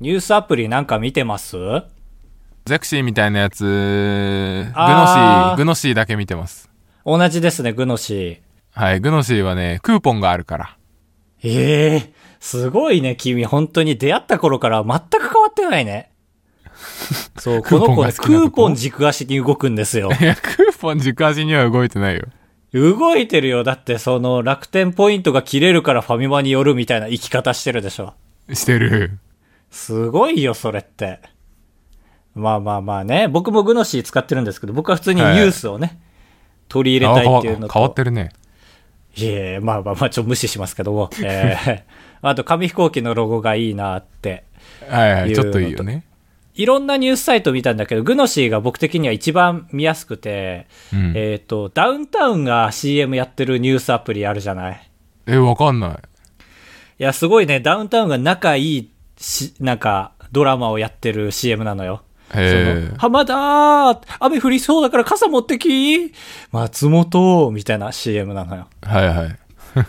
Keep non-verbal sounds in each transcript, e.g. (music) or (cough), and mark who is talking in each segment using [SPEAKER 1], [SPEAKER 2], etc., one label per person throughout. [SPEAKER 1] ニュースアプリなんか見てます
[SPEAKER 2] ゼクシーみたいなやつ、グノシ
[SPEAKER 1] あー
[SPEAKER 2] ー、グノシーだけ見てます。
[SPEAKER 1] 同じですね、グノシ
[SPEAKER 2] はい、グノシーはね、クーポンがあるから。
[SPEAKER 1] ー。ええすごいね、君。本当に出会った頃から全く変わってない
[SPEAKER 2] (laughs)
[SPEAKER 1] ね。そう、こ
[SPEAKER 2] クー
[SPEAKER 1] の
[SPEAKER 2] ポン
[SPEAKER 1] 子ね、
[SPEAKER 2] が好きなとこ
[SPEAKER 1] クーポン軸足に動くんですよ。
[SPEAKER 2] いや、クーポン軸足には動いてないよ。
[SPEAKER 1] 動いてるよ。だって、その楽天ポイントが切れるからファミマに寄るみたいな生き方してるでしょ。
[SPEAKER 2] してる。
[SPEAKER 1] すごいよ、それって。まあまあまあね。僕もグノシー使ってるんですけど、僕は普通にニュースをね、取り入れたいっていうの
[SPEAKER 2] あ
[SPEAKER 1] と。
[SPEAKER 2] 変わってるね。
[SPEAKER 1] いえいえ、まあまあまあ、ちょっと無視しますけども。えーあと、紙飛行機のロゴがいいなって。
[SPEAKER 2] はいはいい、
[SPEAKER 1] う
[SPEAKER 2] ちょっといいよね。
[SPEAKER 1] いろんなニュースサイト見たんだけど、グノシーが僕的には一番見やすくて、
[SPEAKER 2] うん
[SPEAKER 1] えっ、と、ダウンタウンが CM やってるニュースアプリあるじゃない。
[SPEAKER 2] え、わかんない。
[SPEAKER 1] いや、すごいね、ダウンタウンが仲いいし、なんか、ドラマをやってる CM なのよ。
[SPEAKER 2] へ
[SPEAKER 1] その浜田雨降りそうだから傘持ってき松本みたいな CM なのよ。
[SPEAKER 2] え。はいはい。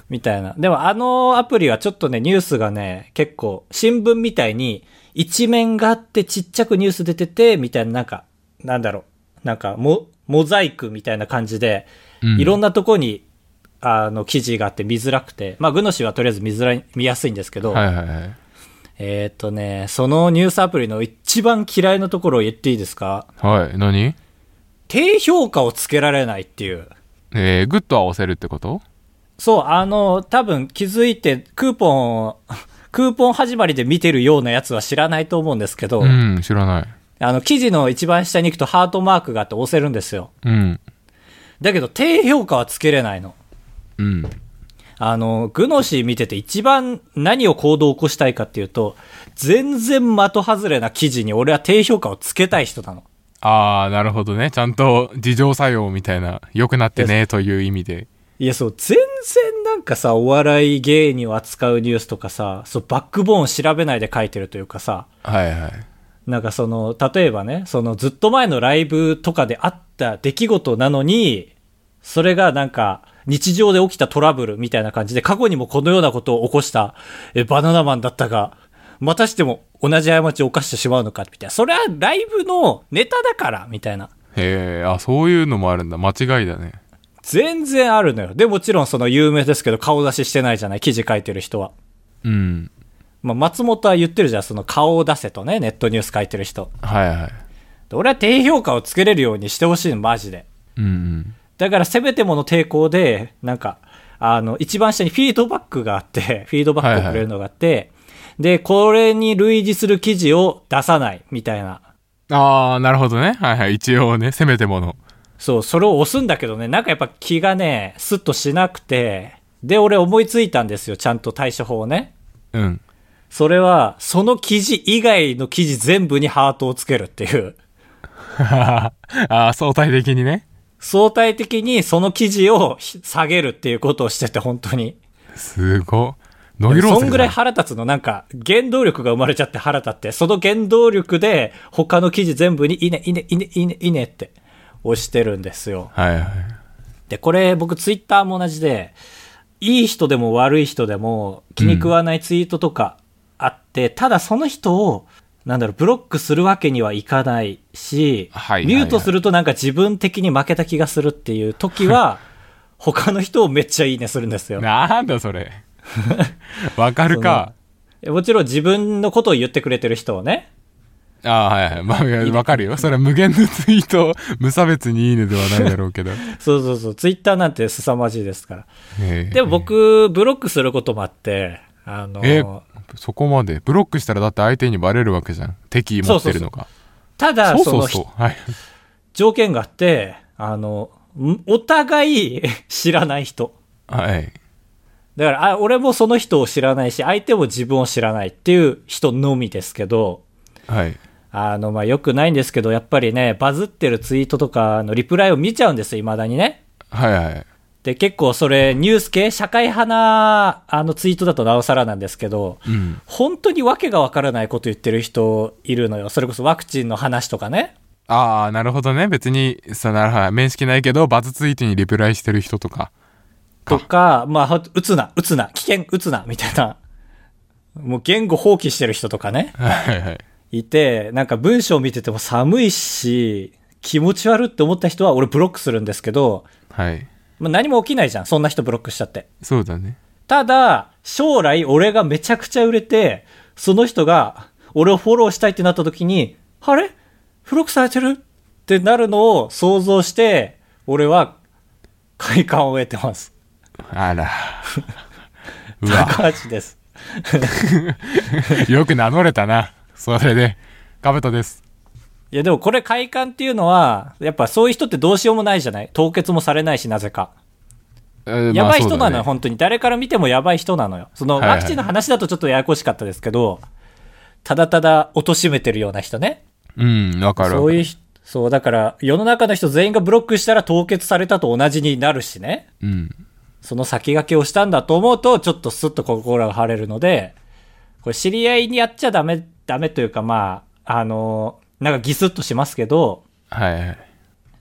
[SPEAKER 1] みたいな。でもあのアプリはちょっとね、ニュースがね、結構、新聞みたいに、一面があってちっちゃくニュース出てて、みたいな、なんか、なんだろう、なんかモ、モザイクみたいな感じで、
[SPEAKER 2] うん
[SPEAKER 1] いろんなとこに、あの、記事があって見づらくて、まあ、グノシーはとりあえず見づらい、見やすいんですけど、
[SPEAKER 2] はいはいはい。
[SPEAKER 1] えーっ、とね、そのニュースアプリの一番嫌いなところを言っていいですか
[SPEAKER 2] はい、何
[SPEAKER 1] 低評価をつけられないっていう。
[SPEAKER 2] えー、グッドは押せるってこと
[SPEAKER 1] そう、あの、多分気づいて、クーポンを、 (laughs) クーポン始まりで見てるようなやつは知らないと思うんですけど、
[SPEAKER 2] うん、知らない。
[SPEAKER 1] あの、記事の一番下に行くとハートマークがあって押せるんですよ。
[SPEAKER 2] うん。
[SPEAKER 1] だけど、低評価はつけれないの。
[SPEAKER 2] うん。
[SPEAKER 1] あの、グノシー見てて一番何を行動を起こしたいかっていうと、全然的外れな記事に俺は低評価をつけたい人なの。
[SPEAKER 2] ああ、なるほどね。ちゃんと自浄作用みたいな、良くなってねという意味で。
[SPEAKER 1] いや、そう、全然なんかさ、お笑い芸人を扱うニュースとかさ、そう、バックボーンを調べないで書いてるというかさ、
[SPEAKER 2] はいはい。
[SPEAKER 1] なんかその、例えばね、そのずっと前のライブとかであった出来事なのに、それがなんか、日常で起きたトラブルみたいな感じで、過去にもこのようなことを起こした、え、バナナマンだったが、またしても同じ過ちを犯してしまうのか、みたいな。それはライブのネタだから、みたいな。
[SPEAKER 2] へえ、あ、そういうのもあるんだ。間違いだね。
[SPEAKER 1] 全然あるのよ。で、もちろんその有名ですけど、顔出ししてないじゃない、記事書いてる人は。
[SPEAKER 2] うん。
[SPEAKER 1] まあ、松本は言ってるじゃん、その顔を出せとね、ネットニュース書いてる人。
[SPEAKER 2] はいはい。
[SPEAKER 1] で俺は低評価をつけれるようにしてほしいの、マジで。
[SPEAKER 2] うんうん。
[SPEAKER 1] だからせめてもの抵抗で、なんか、あの、一番下にフィードバックがあって、 (laughs) フィードバックをくれるのがあって、で、これに類似する記事を出さない、みたいな。
[SPEAKER 2] ああ、なるほどね。はいはい。一応ね、せめてもの。
[SPEAKER 1] そう、それを押すんだけどね、なんかやっぱ気がね、スッとしなくて、で、俺思いついたんですよ、ちゃんと対処法をね。
[SPEAKER 2] うん。
[SPEAKER 1] それは、その記事以外の記事全部にハートをつけるっていう。
[SPEAKER 2] (laughs) ああ、相対的にね。
[SPEAKER 1] 相対的にその記事を下げるっていうことをしてて、本当に。
[SPEAKER 2] すごっ。ノイローゼ
[SPEAKER 1] そんぐ
[SPEAKER 2] だ
[SPEAKER 1] らい腹立つの、なんか、原動力が生まれちゃって腹立って、その原動力で、他の記事全部に、いいね、いいね、いいね、いいね、いいねって、押してるんですよ。
[SPEAKER 2] はいはい。
[SPEAKER 1] で、これ、僕、ツイッターも同じで、いい人でも悪い人でも、気に食わないツイートとかあって、ただその人を、なんだろう、ブロックするわけにはいかないし、
[SPEAKER 2] はい
[SPEAKER 1] ミュートするとなんか自分的に負けた気がするっていう時は、他の人をめっちゃいいねするんですよ。
[SPEAKER 2] なんだそ (laughs) れ。わかるか。
[SPEAKER 1] もちろん自分のことを言ってくれてる人をね、
[SPEAKER 2] ああ、はいはい。まあいや、わかるよ。それは無限のツイート、無差別にいいねではないだろう (laughs) けど。
[SPEAKER 1] そうそうそう、ツイッターなんて凄まじいですから。で
[SPEAKER 2] で
[SPEAKER 1] も僕、ブロックすることもあって、あの、
[SPEAKER 2] えそこまでブロックしたらだって相手にバレるわけじゃん敵意持ってるのか
[SPEAKER 1] ただ、
[SPEAKER 2] そう
[SPEAKER 1] そ
[SPEAKER 2] そう
[SPEAKER 1] の、
[SPEAKER 2] そうはい
[SPEAKER 1] 条件があって、あの、んお互い (laughs) 知らない人。
[SPEAKER 2] はい
[SPEAKER 1] だから、あ俺もその人を知らないし、相手も自分を知らないっていう人のみですけど、
[SPEAKER 2] はい
[SPEAKER 1] あの、まあ、良くないんですけど、やっぱりね、バズってるツイートとかのリプライを見ちゃうんですよ、未だにね。
[SPEAKER 2] はいはい
[SPEAKER 1] で、結構それ、ニュース系、社会派な、あのツイートだとなおさらなんですけど、
[SPEAKER 2] うん
[SPEAKER 1] 本当に訳がわからないこと言ってる人いるのよ。それこそワクチンの話とかね。
[SPEAKER 2] ああなるほどね別にさなるほど面識ないけどバズツイートにリプライしてる人とか
[SPEAKER 1] とか、まあ、打つな、打つな、危険、打つな、みたいな。もう言語放棄してる人とかね、
[SPEAKER 2] はいはい。
[SPEAKER 1] いて、なんか文章見てても寒いし、気持ち悪って思った人は俺ブロックするんですけど、
[SPEAKER 2] はい。
[SPEAKER 1] まあ、何も起きないじゃん。そんな人ブロックしちゃって。
[SPEAKER 2] そうだね。
[SPEAKER 1] ただ、将来俺がめちゃくちゃ売れて、その人が俺をフォローしたいってなった時に、あれフロックされてるってなるのを想像して、俺は快感を得てます。
[SPEAKER 2] あ (laughs) ら。うわ、
[SPEAKER 1] 高橋です。
[SPEAKER 2] よく名乗れたな。それで、かぶとです。
[SPEAKER 1] いやでもこれ快感っていうのは、やっぱそういう人ってどうしようもないじゃない凍結もされないし、なぜか。やばい人なのよ、本当に。誰から見てもやばい人なのよ。その、
[SPEAKER 2] はいはい
[SPEAKER 1] ワクチンの話だとちょっとややこしかったですけど、ただただ貶めてるような人ね。
[SPEAKER 2] うん、わかる。
[SPEAKER 1] そういう人、そう、だから、世の中の人全員がブロックしたら凍結されたと同じになるしね。
[SPEAKER 2] うん。
[SPEAKER 1] その先駆けをしたんだと思うと、ちょっとスッと心が晴れるので、これ知り合いにやっちゃダメ、ダメというか、まあ、あの、なんかギスッとしますけど、
[SPEAKER 2] はいはい。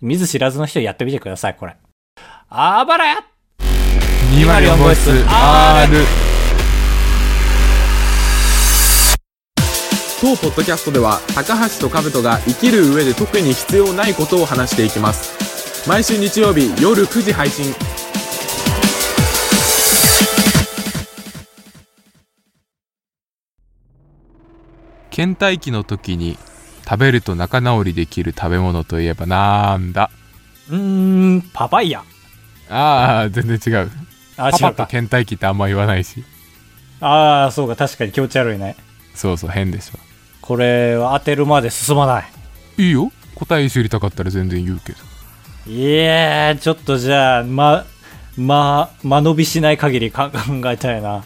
[SPEAKER 1] 見ず知らずの人やってみてください、これ。あばらや
[SPEAKER 2] 204号室 R。
[SPEAKER 3] 当ポッドキャストでは高橋と兜が生きる上で特に必要ないことを話していきます毎週日曜日夜9時配信
[SPEAKER 2] 倦怠期の時に食べると仲直りできる食べ物といえばなんだ
[SPEAKER 1] うーん、パパイヤ。
[SPEAKER 2] ああ、全然違う。
[SPEAKER 1] あ、
[SPEAKER 2] パ
[SPEAKER 1] 違
[SPEAKER 2] パ
[SPEAKER 1] う
[SPEAKER 2] と
[SPEAKER 1] か。
[SPEAKER 2] 倦怠期ってあんま言わないし。
[SPEAKER 1] ああ、そうか、確かに気持ち悪いね。
[SPEAKER 2] そうそう、変でしょ。
[SPEAKER 1] これは当てるまで進まない。
[SPEAKER 2] いいよ。答え知りたかったら全然言うけど。
[SPEAKER 1] いやー、ちょっとじゃあ、ま、ま、間延びしない限りか考えたいな。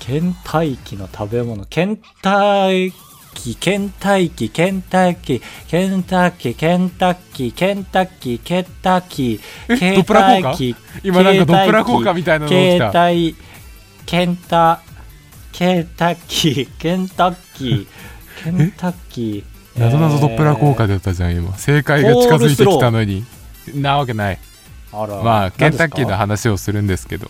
[SPEAKER 1] 倦怠期の食べ物。倦怠期、倦怠期、倦怠期、倦怠期、倦怠期、倦怠期、倦怠期、
[SPEAKER 2] え
[SPEAKER 1] 倦
[SPEAKER 2] ドップラ効果
[SPEAKER 1] 怠期
[SPEAKER 2] 今なんかドップラ効果みたいなの起きた
[SPEAKER 1] 倦怠期、倦怠倦怠期、倦怠期、倦怠期。
[SPEAKER 2] なぞなぞドップラー効果だったじゃん、今。正解が近づいてきたのに。なわけない。
[SPEAKER 1] あら
[SPEAKER 2] まあ、ケンタッ
[SPEAKER 1] 何で
[SPEAKER 2] キー
[SPEAKER 1] す
[SPEAKER 2] の
[SPEAKER 1] か
[SPEAKER 2] 話をするんですけど、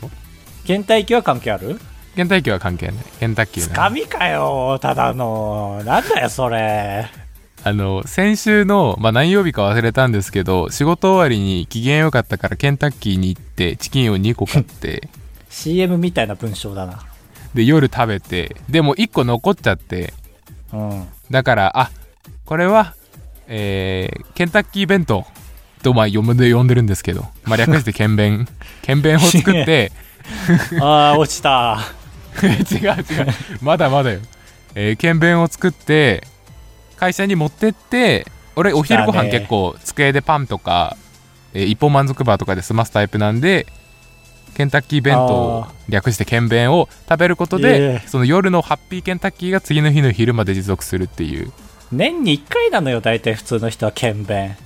[SPEAKER 1] 倦怠期は関係ある
[SPEAKER 2] ケンタッキーは関係ない。ケンタッキー
[SPEAKER 1] つ
[SPEAKER 2] の
[SPEAKER 1] か
[SPEAKER 2] 話
[SPEAKER 1] みかよただのなんだよそれ
[SPEAKER 2] あの、先週の、まあ何曜日か忘れたんですけど、仕事終わりに機嫌良かったからケンタッキーに行って、チキンを2個買って、
[SPEAKER 1] CM みたいな文章だな
[SPEAKER 2] で、夜食べて、でも1個残っちゃって、
[SPEAKER 1] うん
[SPEAKER 2] だから、あ、これは、えー、ケンタッキー弁当と、まあ読んで、呼んでるんですけど、まあ略してケンベ (laughs) ン、ケンベンを作って、
[SPEAKER 1] あ
[SPEAKER 2] (laughs)
[SPEAKER 1] ー落ちた
[SPEAKER 2] 違う (laughs) 違うまだまだよえー、剣弁を作って会社に持ってって俺お昼ご
[SPEAKER 1] だ
[SPEAKER 2] 飯
[SPEAKER 1] ね
[SPEAKER 2] 結構机でパンとか、えー一本満足バーとかで済ますタイプなんでケンタッキー弁当を
[SPEAKER 1] あ
[SPEAKER 2] 略して剣弁を食べること
[SPEAKER 1] いえ
[SPEAKER 2] でその夜のハッピーケンタッキーが次の日の昼まで持続するっていう
[SPEAKER 1] 年に1回なのよ大体普通の人は剣弁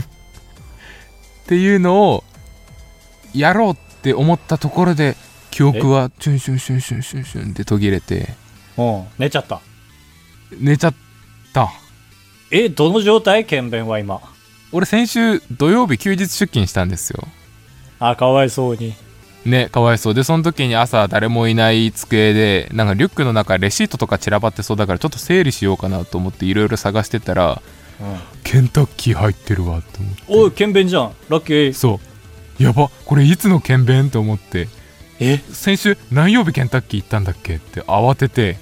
[SPEAKER 2] っていうのをやろうって思ったところで記憶はチュンシュンシュンシュンシュンシュンって途切れて
[SPEAKER 1] うん寝ちゃった
[SPEAKER 2] 寝ちゃった
[SPEAKER 1] えどの状態剣弁は今
[SPEAKER 2] 俺先週土曜日休日出勤したんですよ
[SPEAKER 1] あかわいそうに
[SPEAKER 2] ねかわいそうでその時に朝誰もいない机でなんかリュックの中レシートとか散らばってそうだからちょっと整理しようかなと思っていろいろ探してたら、ケンタッキー入ってるわと思って
[SPEAKER 1] おい剣弁じゃんラッキー
[SPEAKER 2] そうやばこれいつの剣弁と思って
[SPEAKER 1] え
[SPEAKER 2] 先週何曜日ケンタッキー行ったんだっけって慌てて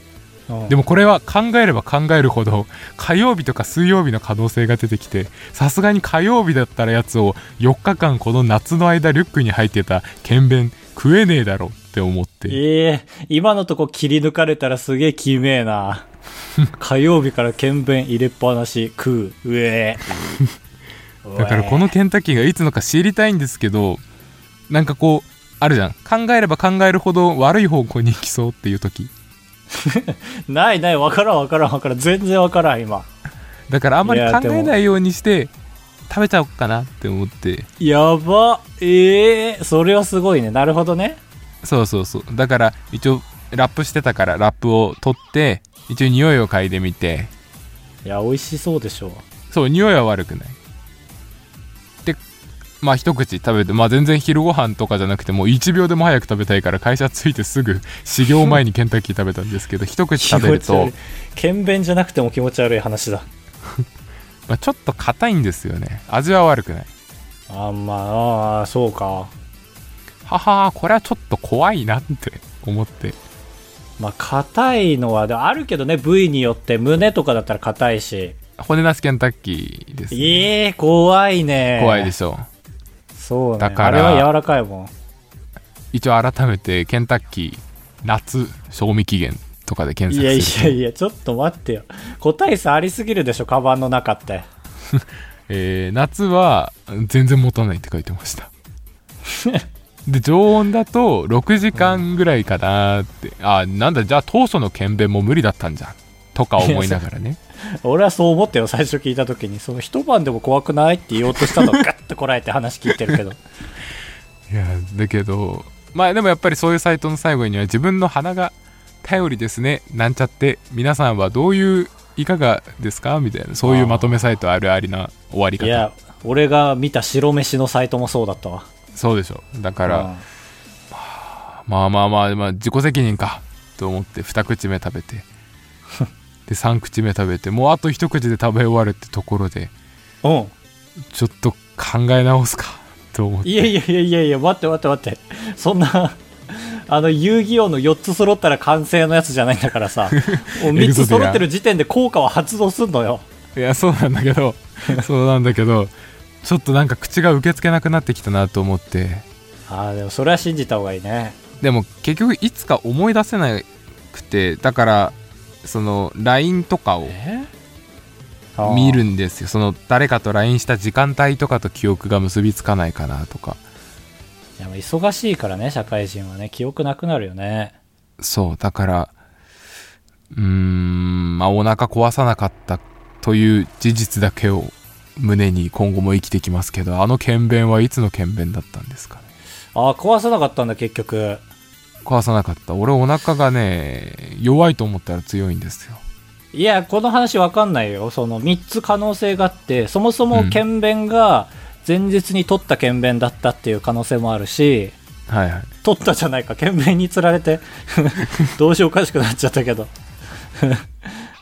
[SPEAKER 1] うん
[SPEAKER 2] でもこれは考えれば考えるほど火曜日とか水曜日の可能性が出てきてさすがに火曜日だったらやつを4日間この夏の間リュックに入ってた剣弁食えねえだろって思って
[SPEAKER 1] ええ今のとこ切り抜かれたらすげえきめえ
[SPEAKER 2] (laughs)
[SPEAKER 1] な火曜日から剣弁入れっぱなし食ううえ
[SPEAKER 2] (laughs) だからこのケンタッキーがいつのか知りたいんですけどなんかこうあるじゃん考えれば考えるほど悪い方向に行きそうっていう時
[SPEAKER 1] ないない、わからんわからんわからん。全然わからん、今。
[SPEAKER 2] だからあんまり
[SPEAKER 1] いや
[SPEAKER 2] 考
[SPEAKER 1] でも
[SPEAKER 2] えないようにして食べちゃおうかなって思って
[SPEAKER 1] やば。ええそれはすごいね。なるほどね。
[SPEAKER 2] そうそうそうだから一応ラップしてたからラップを取って一応匂いを嗅いでみて
[SPEAKER 1] いや、美味しそうでしょう。
[SPEAKER 2] そう匂いは悪くないでまあ一口食べて、まあ、全然昼ご飯とかじゃなくてもう1秒でも早く食べたいから会社着いて
[SPEAKER 1] (laughs)
[SPEAKER 2] すぐ始業前にケンタッキー食べたんですけど一口食べる
[SPEAKER 1] 気持ち悪
[SPEAKER 2] と
[SPEAKER 1] い、剣弁じゃなくても気持ち悪い話だ
[SPEAKER 2] まあ、ちょっと硬いんですよね味は悪くない
[SPEAKER 1] あんまああそうか
[SPEAKER 2] ははこれはちょっと怖いなって思って
[SPEAKER 1] まあ硬いのはでもあるけどね部位によって胸とかだったら硬いし
[SPEAKER 2] 骨なしケンタッキーです、ね、
[SPEAKER 1] ええ怖いね
[SPEAKER 2] 怖いで
[SPEAKER 1] ょ
[SPEAKER 2] しょう
[SPEAKER 1] そうね
[SPEAKER 2] だから
[SPEAKER 1] あれは柔らかいもん
[SPEAKER 2] 一応改めてケンタッキー夏賞味期限とかで検
[SPEAKER 1] いやい
[SPEAKER 2] 索す
[SPEAKER 1] や
[SPEAKER 2] る
[SPEAKER 1] いやちょっと待ってよ個体差ありすぎるでしょカバンの中って
[SPEAKER 2] えー夏は全然持たないって書いてましたで常温だと6時間ぐらいかなーって、あなんだじゃあ当初の検便も無理だったんじゃんとか思いながらね
[SPEAKER 1] 俺はそう思ったよ最初聞いた時にその一晩でも怖くないって言おうとしたのをガッとこらえて話聞いてるけど
[SPEAKER 2] いやだけどまあでもやっぱりそういうサイトの最後には自分の鼻が頼りですねなんちゃって皆さんはどういういかがですかみたいなそういうまとめサイトあるありな終わり
[SPEAKER 1] い
[SPEAKER 2] 方
[SPEAKER 1] や俺が見た白飯のサイトもそうだったわ
[SPEAKER 2] そうでしょだか
[SPEAKER 1] う
[SPEAKER 2] ら
[SPEAKER 1] ん
[SPEAKER 2] まあまあまあまあ自己責任かと思って2口目食べ (laughs) てで3口目食べてもうあと一口で食べ終わるってところで
[SPEAKER 1] うん
[SPEAKER 2] ちょっと考え直すかと思って
[SPEAKER 1] いやいやいやいやいや待って待って待ってそんなあの遊戯王の4つ揃ったら完成のやつじゃないんだからさもう
[SPEAKER 2] エ
[SPEAKER 1] 3
[SPEAKER 2] グゾ
[SPEAKER 1] つ
[SPEAKER 2] ディア
[SPEAKER 1] 揃ってる時点で効果は発動すんのよ
[SPEAKER 2] いやそうなんだけ (laughs) どそうなんだけどちょっとなんか口が受け付けなくなってきたなと思って
[SPEAKER 1] ああでもそれは信じた方がいいね
[SPEAKER 2] でも結局いつか思い出せなくてだからその LINE とかを
[SPEAKER 1] あー
[SPEAKER 2] 見るんですよその誰かと LINE した時間帯とかと記憶が結びつかないかなとか
[SPEAKER 1] いやもう忙しいからね社会人はね記憶なくなるよね
[SPEAKER 2] そうだからうーんまあお腹壊さなかったという事実だけを胸に今後も生きてきますけどあの検便はいつの検便だったんですかね
[SPEAKER 1] ああ壊さなかったんだ結局
[SPEAKER 2] 壊さなかった俺お腹がね弱いと思ったら強いんですよ
[SPEAKER 1] いやこの話わかんないよその3つ可能性があってそもそも検便が前日に取った検便だったっていう可能性もあるし、
[SPEAKER 2] はいはい
[SPEAKER 1] 取ったじゃないか懸命につられて (laughs) どうしようおかしくなっちゃったけど (laughs)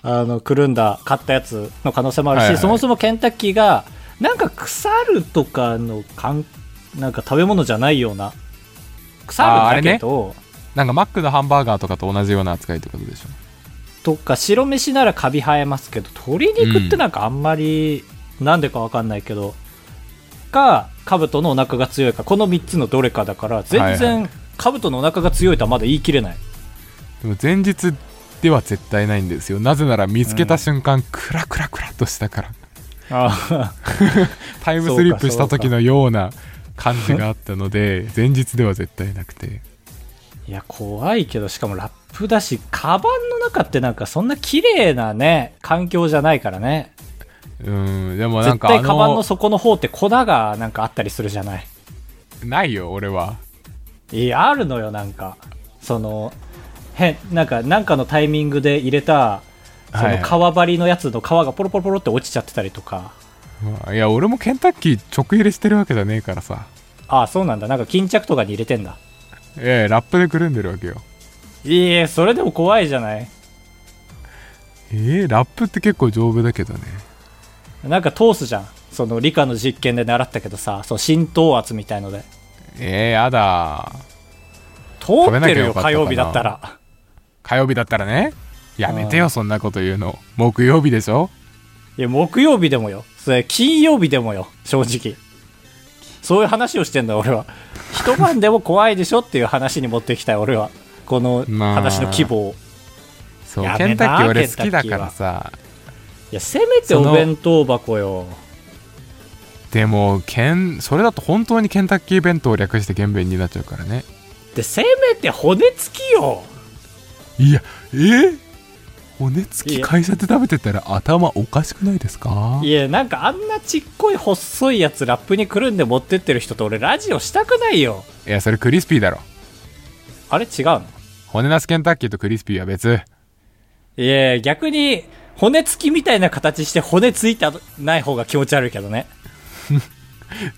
[SPEAKER 1] あのくるんだ買ったやつの可能性もあるし、
[SPEAKER 2] はいはい
[SPEAKER 1] そもそもケンタッキーがなんか腐るとかのかんなんか食べ物じゃないような
[SPEAKER 2] あー
[SPEAKER 1] 腐
[SPEAKER 2] あ
[SPEAKER 1] る
[SPEAKER 2] れ
[SPEAKER 1] んだけ
[SPEAKER 2] ね
[SPEAKER 1] ど、
[SPEAKER 2] なんかマックのハンバーガーとかと同じような扱いってことでしょ
[SPEAKER 1] とか白飯ならカビ生えますけど鶏肉ってなんかあんまりなんでかわかんないけど、かカブトのお腹が強いかこの3つのどれかだから全
[SPEAKER 2] は
[SPEAKER 1] 然カブトのお腹が強いとはまだ言い切れない
[SPEAKER 2] でも前日では絶対ないんですよなぜなら見つけた瞬間、クラクラクラっとしたから
[SPEAKER 1] あ
[SPEAKER 2] タイムスリップした時のような感じがあったの (laughs) で前日では絶対なくて
[SPEAKER 1] (laughs) いや怖いけどしかもラップだしカバンの中ってなんかそんな綺麗なね環境じゃないからね
[SPEAKER 2] うんでもな
[SPEAKER 1] 絶
[SPEAKER 2] んかあ
[SPEAKER 1] 対カバン
[SPEAKER 2] の
[SPEAKER 1] の底の方って粉がなんかあったりするじゃない
[SPEAKER 2] ないよ俺はい
[SPEAKER 1] やあるのよなんかその変なんかなんかのタイミングで入れたそ
[SPEAKER 2] はい
[SPEAKER 1] の革張りのやつの皮がポロポロポロって落ちちゃってたりとか、
[SPEAKER 2] うんいや俺もケンタッキー直入れしてるわけじゃねえからさ
[SPEAKER 1] ああそうなんだなんか巾着とかに入れてんだ
[SPEAKER 2] いやいやラップでくるんでるわけよ
[SPEAKER 1] いえそれでも怖いじゃない
[SPEAKER 2] えー、ラップって結構丈夫だけどね
[SPEAKER 1] なんか通すじゃんその理科の実験で習ったけどさその浸透圧みたいので
[SPEAKER 2] えー、やだ
[SPEAKER 1] 通ってるよ火曜日だったら
[SPEAKER 2] 火曜日だったらねやめてよそんなこと言うの木曜日でしょ
[SPEAKER 1] いや木曜日でもよそれ金曜日でもよ正直そういう話をしてんだ俺は一晩でも怖いでしょっていう話に持ってきたい俺はこの
[SPEAKER 2] まあ
[SPEAKER 1] 話の規模を
[SPEAKER 2] そう
[SPEAKER 1] やめな
[SPEAKER 2] ケンタッキー俺
[SPEAKER 1] ケン
[SPEAKER 2] 好
[SPEAKER 1] タッキ
[SPEAKER 2] き
[SPEAKER 1] ーは
[SPEAKER 2] だからさ
[SPEAKER 1] いやせめて
[SPEAKER 2] その
[SPEAKER 1] お弁当箱よ
[SPEAKER 2] でもケンそれだと本当にケンタッキー弁当を略して原弁になっちゃうからね
[SPEAKER 1] でせめて骨付きよ
[SPEAKER 2] いやえー骨付
[SPEAKER 1] い
[SPEAKER 2] き
[SPEAKER 1] や
[SPEAKER 2] 会社で食べてたら頭おかしくないですか
[SPEAKER 1] いやなんかあんなちっこい細いやつラップにくるんで持ってってる人と俺ラジオしたくないよ
[SPEAKER 2] いやそれクリスピーだろ
[SPEAKER 1] あれ違うの
[SPEAKER 2] 骨なしケンタッキーとクリスピーは別
[SPEAKER 1] いや逆に骨付きみたいな形して骨ついてない方が気持ち悪いけどね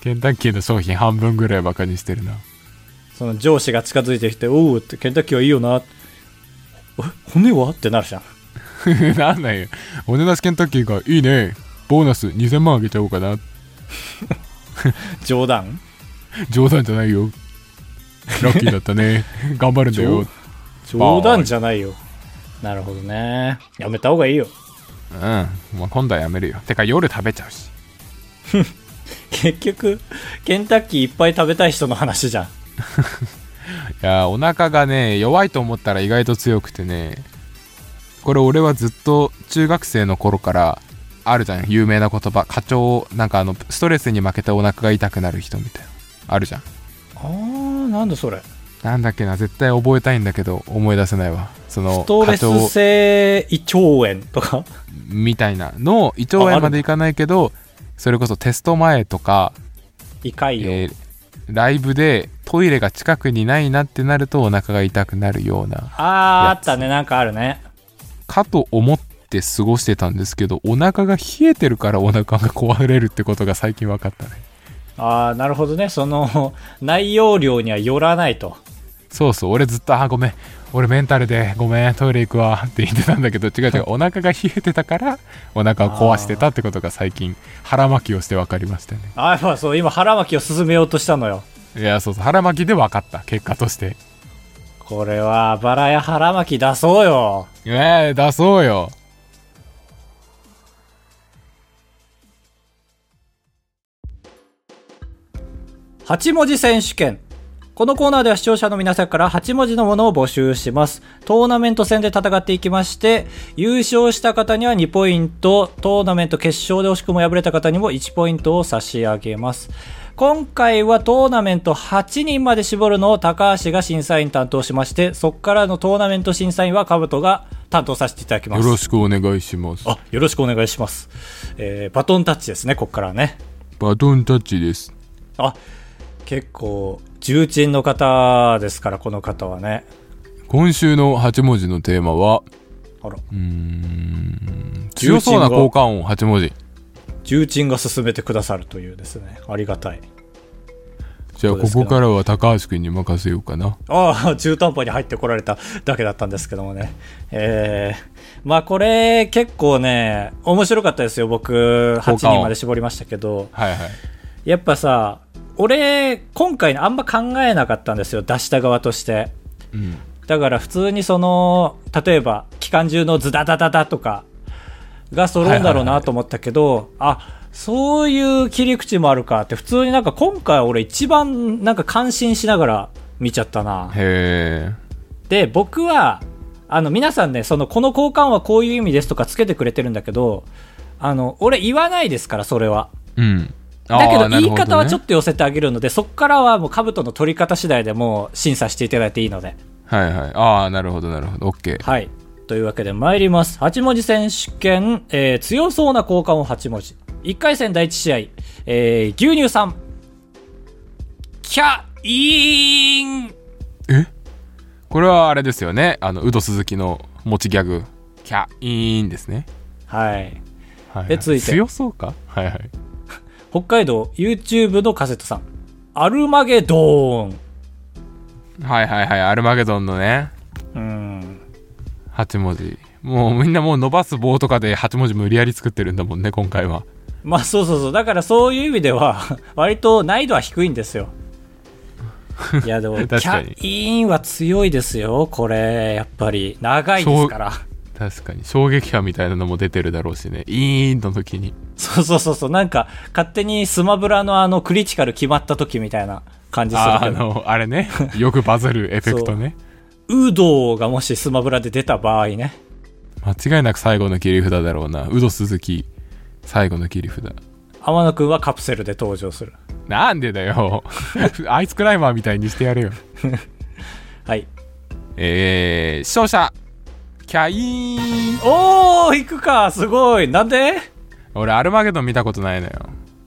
[SPEAKER 2] ケンタッキーの商品半分ぐらいバカにしてるな (laughs)
[SPEAKER 1] その上司が近づいてきて、おうって、ケンタッキーはいいよな。え、骨はってなるじゃん。
[SPEAKER 2] なんなんよ。おねだしケンタッキーが、いいね。ボーナス2000万あげちゃおうかな。
[SPEAKER 1] 冗談
[SPEAKER 2] 冗談じゃないよ。ラッキーだったね。頑張るんだよ。
[SPEAKER 1] 冗談じゃないよ。なるほどね。やめた方がいいよ。
[SPEAKER 2] うん。まあ、今度はやめるよ。てか夜食べちゃうし。
[SPEAKER 1] 結局、ケンタッキーいっぱい食べたい人の話じゃん。
[SPEAKER 2] いやー、お腹がね、弱いと思ったら意外と強くてね。これ俺はずっと中学生の頃からあるじゃん。有名な言葉。課長、なんかあの、ストレスに負けてお腹が痛くなる人みたいな。あるじゃん。
[SPEAKER 1] あー、なんだそれ。
[SPEAKER 2] なんだっけな、絶対覚えたいんだけど、思い出せないわ。その、
[SPEAKER 1] ストレ
[SPEAKER 2] 課長
[SPEAKER 1] ス性胃腸炎とか。
[SPEAKER 2] みたいなの胃腸炎までいかないけどそれこそテスト前とか、
[SPEAKER 1] 胃潰瘍。
[SPEAKER 2] えーライブでトイレが近くにないなってなるとお腹が痛くなるような
[SPEAKER 1] あー、あ
[SPEAKER 2] やつ
[SPEAKER 1] ったね。なんかあるね。
[SPEAKER 2] かと思って過ごしてたんですけどお腹が冷えてるからお腹が壊れるってことが最近分かったね
[SPEAKER 1] あー、なるほどね。その、内容量にはよらないと。
[SPEAKER 2] そうそう俺ずっと「あごめん俺メンタルでごめんトイレ行くわ」って言ってたんだけど違
[SPEAKER 1] (laughs)
[SPEAKER 2] う違うお腹が冷えてたからお腹を壊してたってことが最近腹巻きをして分かりましたね
[SPEAKER 1] あー、やっぱそう、今腹巻きを進めようとしたのよ。
[SPEAKER 2] いやそうそう腹巻きで分かった結果として
[SPEAKER 1] これは、バラや腹巻き出そうよ。
[SPEAKER 2] ええ出そうよ。
[SPEAKER 1] 8文字選手権。このコーナーでは視聴者の皆さんから8文字のものを募集します。トーナメント戦で戦っていきまして、優勝した方には2ポイント、トーナメント決勝で惜しくも敗れた方にも1ポイントを差し上げます。今回はトーナメント8人まで絞るのを高橋が審査員担当しまして、そこからのトーナメント審査員は兜が担当させていただきます。
[SPEAKER 2] よろしくお願いします。
[SPEAKER 1] あ、よろしくお願いします。えー、バトンタッチですね、ここからはね。
[SPEAKER 2] バトンタッチです。
[SPEAKER 1] あ結構重鎮の方ですからこの方はね
[SPEAKER 2] 今週の8文字のテーマは、
[SPEAKER 1] あら
[SPEAKER 2] うーん、
[SPEAKER 1] 重鎮が
[SPEAKER 2] 強そうな交換音8文字。
[SPEAKER 1] 重鎮が進めてくださるというですねありがたい
[SPEAKER 2] じゃ
[SPEAKER 1] そ
[SPEAKER 2] あ
[SPEAKER 1] うで
[SPEAKER 2] こ
[SPEAKER 1] すけど
[SPEAKER 2] こからは高橋くんに任せようかな。
[SPEAKER 1] ああ (laughs) 中途半端に入ってこられただけだったんですけどもねえー、まあこれ結構ね面白かったですよ僕8
[SPEAKER 2] 効果
[SPEAKER 1] 人
[SPEAKER 2] 音
[SPEAKER 1] まで絞りましたけど
[SPEAKER 2] はいはい。
[SPEAKER 1] やっぱさ俺今回あんま考えなかったんですよ出した側として
[SPEAKER 2] うん。
[SPEAKER 1] だから普通にその例えば期間中のズダダダダとかが揃うんだろうなと思ったけど、あそういう切り口もあるかって普通になんか今回俺一番なんか感心しながら見ちゃったな
[SPEAKER 2] へえ。
[SPEAKER 1] で僕はあの皆さんねそのこの交換はこういう意味ですとかつけてくれてるんだけどあの俺言わないですからそれは
[SPEAKER 2] うん。
[SPEAKER 1] だけど言い方はちょっ
[SPEAKER 2] と。
[SPEAKER 1] と寄せてあげるのでそこからはもう兜の取り方次第でもう審査していただいていいので
[SPEAKER 2] はいはい。ああ、なるほどなるほど。オッケー。
[SPEAKER 1] はい。というわけで参ります。8文字選手権、えー強そうな交換を8文字。1回戦第1試合、えー牛乳さん。キャイーン
[SPEAKER 2] えこれはあれですよね。あの、ウド鈴木の持ちギャグ。キャイーンですね。
[SPEAKER 1] はい。
[SPEAKER 2] はい、はい。
[SPEAKER 1] で続いて
[SPEAKER 2] 強そうかはいはい。
[SPEAKER 1] 北海道 YouTube のカセットさん。アルマゲドーン。
[SPEAKER 2] はいはいはい。アルマゲドンのね。
[SPEAKER 1] うん。
[SPEAKER 2] 8文字もうみんなもう伸ばす棒とかで8文字無理やり作ってるんだもんね今回は
[SPEAKER 1] まあそうそうそう。だからそういう意味では、 (laughs) 割と難易度は低いんですよ。いやでも、キ
[SPEAKER 2] (laughs) 確か
[SPEAKER 1] ャ
[SPEAKER 2] に
[SPEAKER 1] イーンは強いですよ。これ、やっぱり。長いですから。
[SPEAKER 2] 確かに衝撃波みたいなのも出てるだろうしねイーンの時に
[SPEAKER 1] そうそうそうそう、なんか、勝手にスマブラのあの、クリティカル決まった時みたいな感じす
[SPEAKER 2] あーあ
[SPEAKER 1] るけど、
[SPEAKER 2] のあれねよくバズるエフェクトね
[SPEAKER 1] ウドがもしスマブラで出た場合ね、
[SPEAKER 2] 間違いなく最後の切り札だろうなウド鈴木最後の切り札
[SPEAKER 1] 天野くんはカプセルで登場する。
[SPEAKER 2] なんで
[SPEAKER 1] (laughs)
[SPEAKER 2] だよアイスクライマーみたいにしてやれよ
[SPEAKER 1] はい。
[SPEAKER 2] えー、勝者キャイーン
[SPEAKER 1] おー、行くか、すごい。なんで
[SPEAKER 2] 俺アルマゲドン見たことないのよ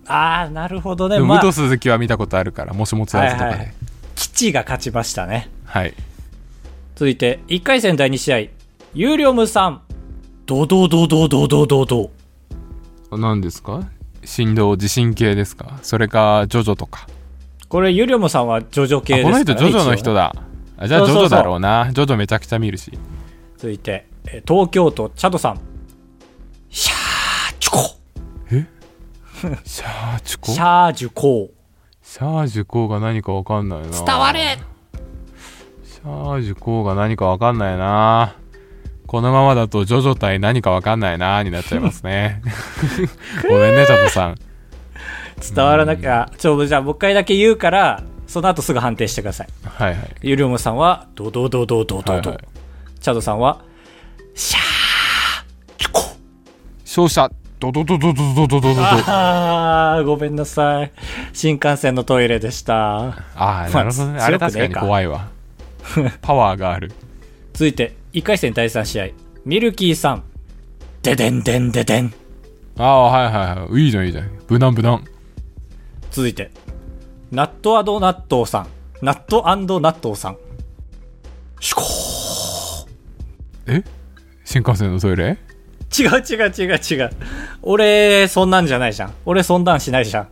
[SPEAKER 1] あー、なるほどね。
[SPEAKER 2] でも
[SPEAKER 1] ま
[SPEAKER 2] ウド
[SPEAKER 1] あ、
[SPEAKER 2] 鈴木は見たことあるからもしもつやつとかで
[SPEAKER 1] はいはい基地が勝ちましたね。
[SPEAKER 2] はい
[SPEAKER 1] 続いて、1回戦第2試合、有料無さん。ドドドドドドドド。
[SPEAKER 2] 何ですか振動地震系ですかそれかジョジョとか
[SPEAKER 1] これ、ユリョムさんはジョジョ系
[SPEAKER 2] あ
[SPEAKER 1] ですから
[SPEAKER 2] この
[SPEAKER 1] ね
[SPEAKER 2] 人ジョジョの
[SPEAKER 1] 一
[SPEAKER 2] 人
[SPEAKER 1] 応ね
[SPEAKER 2] だあじゃあ
[SPEAKER 1] そう
[SPEAKER 2] ジョ
[SPEAKER 1] そう
[SPEAKER 2] ジ
[SPEAKER 1] そう
[SPEAKER 2] ョだろうなジョジョめちゃくちゃ見るし
[SPEAKER 1] 続いて、えー東京都、チャドさん。シャーチュコ
[SPEAKER 2] シャーチュコ
[SPEAKER 1] シ
[SPEAKER 2] シャ
[SPEAKER 1] ャージュコ
[SPEAKER 2] ージュコが何かわかんないな伝
[SPEAKER 1] われ
[SPEAKER 2] シャージュコが何かわかんないなこのままだとジョジョ対何かわかんないなになっちゃいます (laughs) ねごめんねチャトさん
[SPEAKER 1] 伝わらなきゃ、ちょ、じゃあもう一回だけ言うから、その後すぐ判定してください。
[SPEAKER 2] はいはい
[SPEAKER 1] ユリョムさんは、ドドドドド
[SPEAKER 2] は
[SPEAKER 1] ド
[SPEAKER 2] いは
[SPEAKER 1] ド
[SPEAKER 2] い。
[SPEAKER 1] チャドさんは、シャーチュコ
[SPEAKER 2] 勝者ドドドドドドドドドドあ
[SPEAKER 1] あー、ごめんなさい。新幹線のトイレでした。
[SPEAKER 2] あーなるほどね
[SPEAKER 1] まあ
[SPEAKER 2] あれ
[SPEAKER 1] 強
[SPEAKER 2] 確
[SPEAKER 1] く
[SPEAKER 2] か
[SPEAKER 1] ねえ
[SPEAKER 2] に
[SPEAKER 1] か
[SPEAKER 2] 怖いわパワーがある
[SPEAKER 1] 続いて、1回戦第3試合、ミルキーさん。ででんでんででん。
[SPEAKER 2] ああはいはいはいいいじゃんいいじゃん無難無難
[SPEAKER 1] 続いて、ナットアドナットーさん。ナットナットーさん。シュコー
[SPEAKER 2] え新幹線のトイレ
[SPEAKER 1] 違う違う違う違う。俺、そんなんじゃないじゃん。俺、そんなんしないじゃん。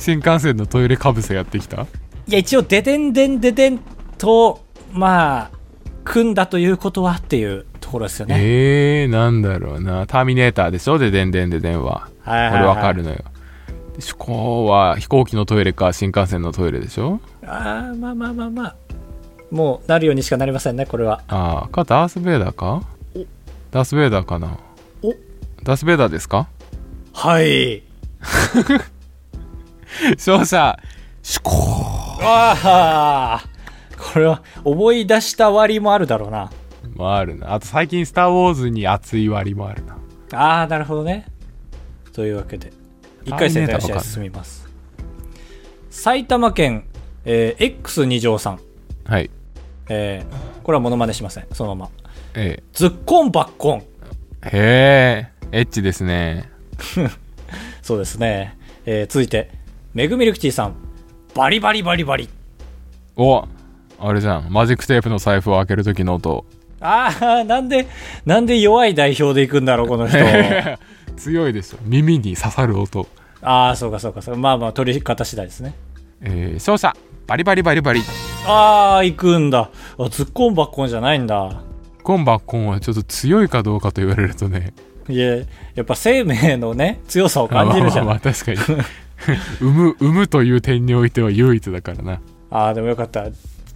[SPEAKER 2] 新幹線のトイレかぶせやってきた
[SPEAKER 1] いや、一応、ででんでんででんと、まあ、組んだということはっていうところですよね。
[SPEAKER 2] えー、なんだろうなターミネーターでしょででんでんででんは
[SPEAKER 1] はいはいはい
[SPEAKER 2] 俺わかるのよでしこうは飛行機のトイレか新幹線のトイレでしょ
[SPEAKER 1] ああ、まあまあまあまあ。もう、なるようにしかなりませんね、これは。
[SPEAKER 2] ああかダース・ベイダーかダース・ベイダーかな
[SPEAKER 1] お
[SPEAKER 2] ダース・ベイダーですか (laughs)
[SPEAKER 1] はい。
[SPEAKER 2] 勝者シュコ
[SPEAKER 1] ああこれは、思い出した割もあるだろうな。
[SPEAKER 2] ーもあるなあと最近「スター・ウォーズ」に熱い割もあるな
[SPEAKER 1] ああ、なるほどね。というわけで、1回戦
[SPEAKER 2] ターミネータ
[SPEAKER 1] 第
[SPEAKER 2] ーわかん
[SPEAKER 1] 試
[SPEAKER 2] な
[SPEAKER 1] 合
[SPEAKER 2] い
[SPEAKER 1] 進みます。埼玉県、えー X2 乗さん。
[SPEAKER 2] はい
[SPEAKER 1] えーこれはモノマネしません。そのまま。
[SPEAKER 2] え
[SPEAKER 1] ズッコンバッコン。
[SPEAKER 2] えへえエッチですね
[SPEAKER 1] そうですね。えー続いて、メグミルクティーさん。バリバリバリバリ。
[SPEAKER 2] おあれじゃんマジックテープの財布を開ける時の音
[SPEAKER 1] ああ、なんで、なんで弱い代表で行くんだろう、この
[SPEAKER 2] (laughs)
[SPEAKER 1] 人。
[SPEAKER 2] 強いでしょ耳に刺さる音
[SPEAKER 1] ああ、そうかそうかそうか。まあまあ、取り方次第ですね。
[SPEAKER 2] えー、勝者バリバリバリバリ
[SPEAKER 1] ああ、行くんだ。あ、ズッコンバッコンじゃないんだ。
[SPEAKER 2] コンバッコンはちょっと強いかどうかと言われるとね
[SPEAKER 1] いえ、やっぱ生命のね、強さを感じるじゃん。
[SPEAKER 2] まあまあまあ確かに (laughs) 産む産むという点においては唯一だからな
[SPEAKER 1] ああ、でもよかった。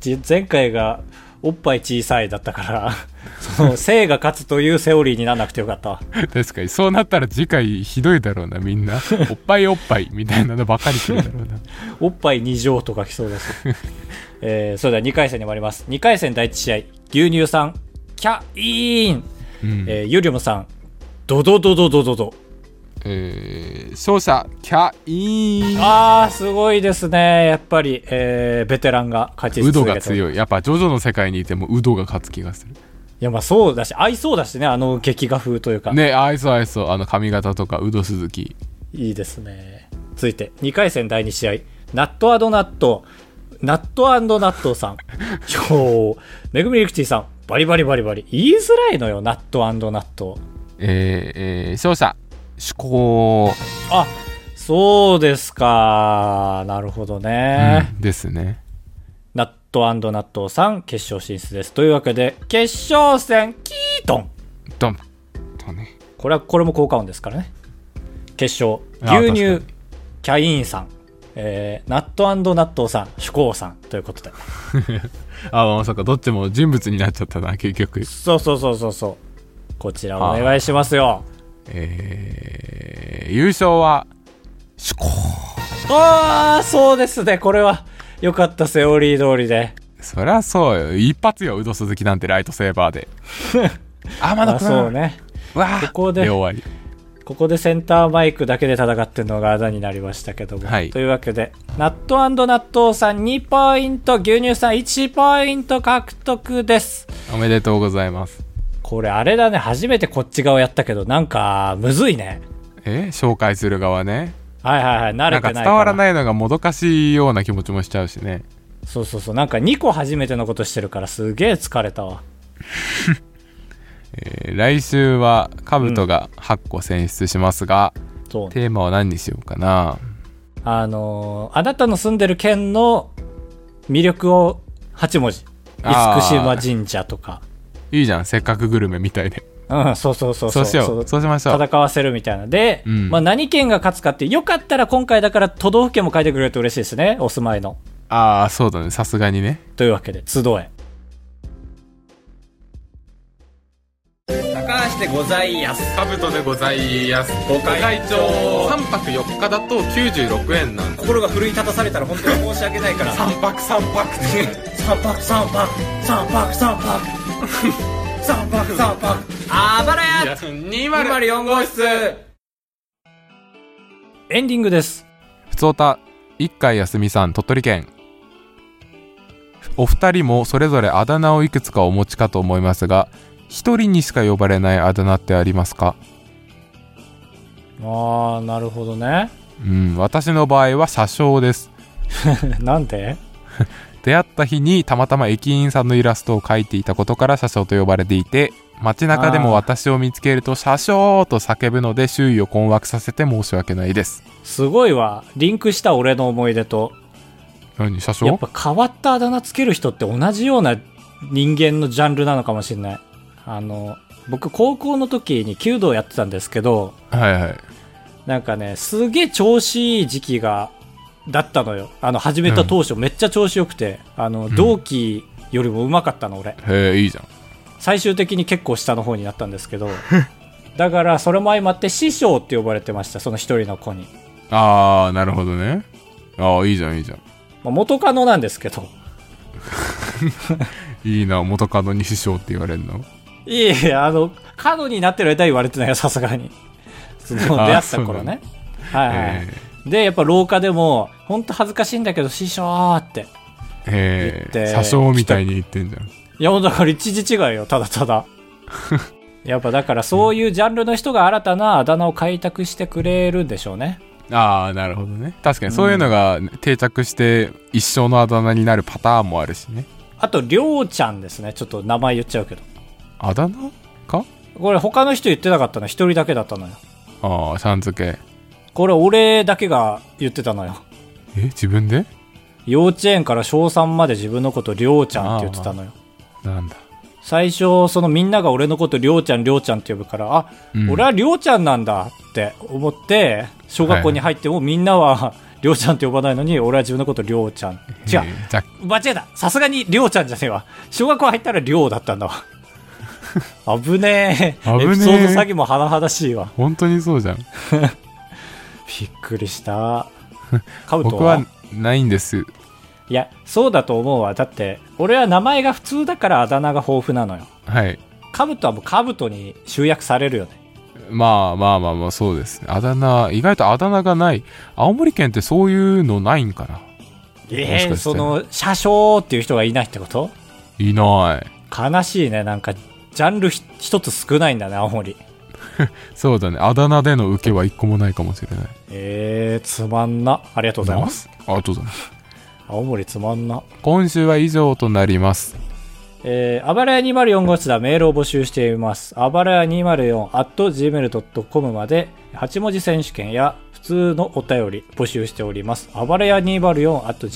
[SPEAKER 1] じ前回が、おっぱい小さいだったから、 (laughs) その、性が勝つというセオリーにならなくてよかったわ。
[SPEAKER 2] 確かにそうなったら次回ひどいだろうなみんなおっぱいおっぱいみたいなのばかりするだろうな
[SPEAKER 1] おっぱい2乗とか来そう
[SPEAKER 2] (laughs)
[SPEAKER 1] だし。えー、それでは2回戦に参ります。2回戦第1試合、牛乳さん、キャイーン、
[SPEAKER 2] うん
[SPEAKER 1] えー、ユリオムさん、ドドドドドドド。
[SPEAKER 2] えー、勝者キャイーン
[SPEAKER 1] あー、すごいですね。やっぱり、えー、ベテランが勝ち
[SPEAKER 2] ウ
[SPEAKER 1] 続けて
[SPEAKER 2] ドが
[SPEAKER 1] い。
[SPEAKER 2] 強いやっぱジョジョの世界にいてもウドが勝つ気がする
[SPEAKER 1] いや、まあそうだし、合いそうだしね、あの劇画風というか。
[SPEAKER 2] ねあいそうあいそうあの髪型とかウド鈴木
[SPEAKER 1] いいですね。続いて、2回戦第2試合、ナットアドナット、ナットアンドナット
[SPEAKER 2] (laughs)
[SPEAKER 1] さん、超、めぐみりくちーさん、バリバリバリバリ。言いづらいのよ、ナットアンドナット。
[SPEAKER 2] えーえー勝者主攻、
[SPEAKER 1] あ、そうですか。なるほどね。
[SPEAKER 2] うんですね
[SPEAKER 1] ナットアンドナットさん、決勝進出です。というわけで、決勝戦、キートン
[SPEAKER 2] ドンとね
[SPEAKER 1] これは、これも効果音ですからね。決勝、
[SPEAKER 2] あ
[SPEAKER 1] 牛
[SPEAKER 2] 確
[SPEAKER 1] 乳
[SPEAKER 2] か、
[SPEAKER 1] キャインさん、えー、ナットアンドナットさん、主攻さん、ということで。
[SPEAKER 2] あまさかどっちも人物になっちゃったな結局
[SPEAKER 1] そうそうそうそうそう。こちらお願いしますよ。
[SPEAKER 2] えー優勝は主攻
[SPEAKER 1] ああー、そうですね。これは、良かった、セオリー通りで。
[SPEAKER 2] そりゃそうよ一発よウド鈴木なんてライトセーバー
[SPEAKER 1] (laughs)
[SPEAKER 2] で天
[SPEAKER 1] あ
[SPEAKER 2] 野くん
[SPEAKER 1] そうね。
[SPEAKER 2] わあ
[SPEAKER 1] ここで
[SPEAKER 2] 終わ
[SPEAKER 1] ここでセンターマイクだけで戦ってるのがあだになりましたけども。
[SPEAKER 2] はい
[SPEAKER 1] というわけで、ナット納豆さん2ポイント、牛乳さん1ポイント獲得です。
[SPEAKER 2] りおめでとうございます
[SPEAKER 1] これあれだね、初めてこっち側やったけど、なんか、むずいね。
[SPEAKER 2] え紹介する側ね
[SPEAKER 1] はいはいはい、慣
[SPEAKER 2] な
[SPEAKER 1] れ
[SPEAKER 2] んか
[SPEAKER 1] てないから。
[SPEAKER 2] 伝わらないのがもどかしいような気持ちもしちゃうしね
[SPEAKER 1] そうそうそう、なんか2個初めてのことしてるからすげえ疲れたわ。
[SPEAKER 2] えー来週はカブトが8個選出しますが、
[SPEAKER 1] そうね
[SPEAKER 2] テーマは何にしようかな
[SPEAKER 1] あのーあなたの住んでる県の魅力を8文字。
[SPEAKER 2] あー
[SPEAKER 1] 厳島神社とか。
[SPEAKER 2] いいじゃんせっかくグルメみたいで
[SPEAKER 1] うん、そうそうそう
[SPEAKER 2] そうしようそうしましょう
[SPEAKER 1] 戦わせるみたいなので、
[SPEAKER 2] うん
[SPEAKER 1] まあ、何県が勝つかってよかったら今回だから都道府県も書いてくれると嬉しいですねお住まいの
[SPEAKER 2] ああそうだねさすがにね
[SPEAKER 1] というわけで集え
[SPEAKER 4] 高橋でございやす
[SPEAKER 3] カブトでございます
[SPEAKER 4] ご会長
[SPEAKER 3] 3泊4日だと96円なんで
[SPEAKER 4] 心が奮い立たされたら本当に申し訳ないから三泊三泊三泊三泊三泊三泊三泊三泊あばらや204号室
[SPEAKER 1] エンディングです
[SPEAKER 2] ふつおた一回休みさん鳥取県お二人もそれぞれあだ名をいくつかお持ちかと思いますが一人にしか呼ばれないあだ名ってありますか
[SPEAKER 1] ああなるほどね (laughs)
[SPEAKER 2] うん私の場合は車掌です
[SPEAKER 1] なんで
[SPEAKER 2] 出会った日にたまたま駅員さんのイラストを描いていたことから車掌と呼ばれていて街中でも私を見つけると車掌と叫ぶので周囲を困惑させて申し訳ないです
[SPEAKER 1] すごいわリンクした俺の思い出と
[SPEAKER 2] 何車
[SPEAKER 1] やっ
[SPEAKER 2] 掌
[SPEAKER 1] ぱ変わったあだ名つける人って同じような人間のジャンルなのかもしれないあの僕高校の時に弓道やってたんですけど
[SPEAKER 2] はいはい
[SPEAKER 1] なんかね、すげえ調子いい時期が、だったのよ。あの、始めた当初、めっちゃ調子良くて、あの、同期よりも上手かったの、俺。
[SPEAKER 2] へえいいじゃん
[SPEAKER 1] 最終的に結構下の方になったんですけど、だから、それも相まって、師匠って呼ばれてました、その一人の子に。
[SPEAKER 2] ああなるほどねああいいじゃんいいじゃん
[SPEAKER 1] まあ、元カノなんですけど。
[SPEAKER 2] いいな元カノに師匠って言われるの
[SPEAKER 1] いえいえ、あの、カノになってる間は言われてないよ、さすがに。その、
[SPEAKER 2] (laughs) あー
[SPEAKER 1] 出会った頃ね。はいはいはい、
[SPEAKER 2] え
[SPEAKER 1] で、やっぱ廊下でも、ほんと恥ずかしいんだけど、師匠ーって。
[SPEAKER 2] へ
[SPEAKER 1] 言っ
[SPEAKER 2] え
[SPEAKER 1] て
[SPEAKER 2] 車掌みたいに言ってんじゃん
[SPEAKER 1] いや、だから一時違いよ、ただただ。
[SPEAKER 2] (laughs)
[SPEAKER 1] やっぱだからそういうジャンルの人が新たなあだ名を開拓してくれるんでしょうね。
[SPEAKER 2] ああなるほどね確かにそういうのが定着して一生のあだ名になるパターンもあるしね
[SPEAKER 1] あと、りょうちゃんですね。ちょっと名前言っちゃうけど。
[SPEAKER 2] あだ名か
[SPEAKER 1] これ他の人言ってなかったの。一人だけだったのよ。
[SPEAKER 2] ああさん付け
[SPEAKER 1] これ俺だけが言ってたのよ。
[SPEAKER 2] え自分で
[SPEAKER 1] 幼稚園から小3まで自分のことりょうちゃんって言ってたのよ。
[SPEAKER 2] なんだ
[SPEAKER 1] 最初、そのみんなが俺のことりょうちゃんりょうちゃんって呼ぶから、あ、
[SPEAKER 2] うん
[SPEAKER 1] 俺はりょうちゃんなんだって思って、小学校に入ってもみんなはりょうちゃんって呼ばないのに、俺は自分のことりょうちゃん。違う
[SPEAKER 2] え。ーじゃ
[SPEAKER 1] 間違えたさすがにりょうちゃんじゃねえわ小学校入ったらりょうだったんだわ危ねえ
[SPEAKER 2] 危ねえ
[SPEAKER 1] エピソード詐欺も甚だしいわ
[SPEAKER 2] 本当にそうじゃん
[SPEAKER 1] びっくりしたカブト
[SPEAKER 2] 僕
[SPEAKER 1] は
[SPEAKER 2] はないんです
[SPEAKER 1] いやそうだと思うわだって俺は名前が普通だからあだ名が豊富なのよ
[SPEAKER 2] はい
[SPEAKER 1] カブトはもうカブトに集約されるよね
[SPEAKER 2] まあまあまあまあそうですねあだ名意外とあだ名がない青森県ってそういうのないんかなもしかし
[SPEAKER 1] え
[SPEAKER 2] て
[SPEAKER 1] えその車掌っていう人がいないってこと
[SPEAKER 2] いない
[SPEAKER 1] 悲しいねなんかジャンルひ一つ少ないんだね青森
[SPEAKER 2] そうだねあだ名での受けは一個もないかもしれない
[SPEAKER 1] ええつまんなありがとうございます
[SPEAKER 2] ありがとうございます
[SPEAKER 1] 青森つまんな
[SPEAKER 2] 今週は以上となります
[SPEAKER 1] えー、あばらや204号室ではメールを募集しています。あばらや204 at gmail.com まで8文字選手権や普通のお便り募集しております。あばらや204 at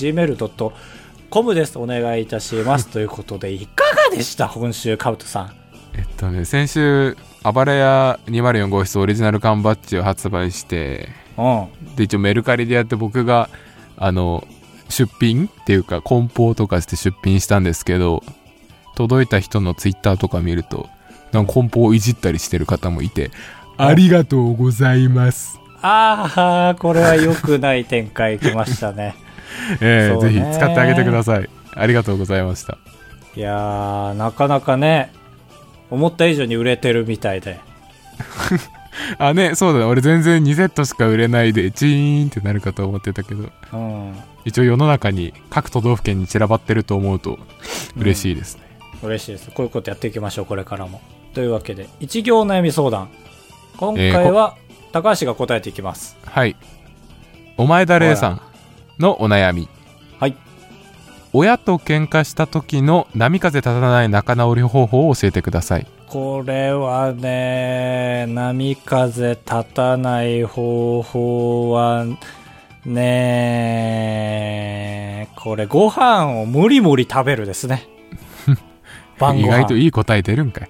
[SPEAKER 1] gmail.com です。お願いいたし
[SPEAKER 2] (laughs)
[SPEAKER 1] ます。ということで、いかがでした今週、カウトさん。
[SPEAKER 2] えっとね先週あばらや204号室オリジナル缶バッジを発売して
[SPEAKER 1] うん。
[SPEAKER 2] で一応メルカリでやって僕があの出品っていうか梱包とかして出品したんですけど届いた人のツイッターとか見るとなんか梱包をいじったりしてる方もいてありがとうございます、
[SPEAKER 1] あー、これは良くない展開きました
[SPEAKER 2] (laughs)
[SPEAKER 1] ね。
[SPEAKER 2] えー
[SPEAKER 1] そうね
[SPEAKER 2] ぜひ使ってあげてくださいありがとうございました
[SPEAKER 1] いやー、なかなかね、思った以上に売れてるみたいで。
[SPEAKER 2] あねそうだね俺全然2セットしか売れないでチーンってなるかと思ってたけど
[SPEAKER 1] うん。
[SPEAKER 2] 一応世の中に各都道府県に散らばってると思うと嬉しいですね、
[SPEAKER 1] 嬉しいですこういうことやっていきましょうこれからもというわけで一行悩み相談今
[SPEAKER 2] えー
[SPEAKER 1] 回
[SPEAKER 2] こ
[SPEAKER 1] は高橋が答えていきます、
[SPEAKER 2] はいお前だれいさんのお悩み
[SPEAKER 1] はい
[SPEAKER 2] 親と喧嘩した時の波風立たない仲直り方法を教えてください
[SPEAKER 1] これはね、波風立たない方法は、ねこれご飯をもりもり食べるですね。晩ご飯
[SPEAKER 2] 意外といい答え出るんかい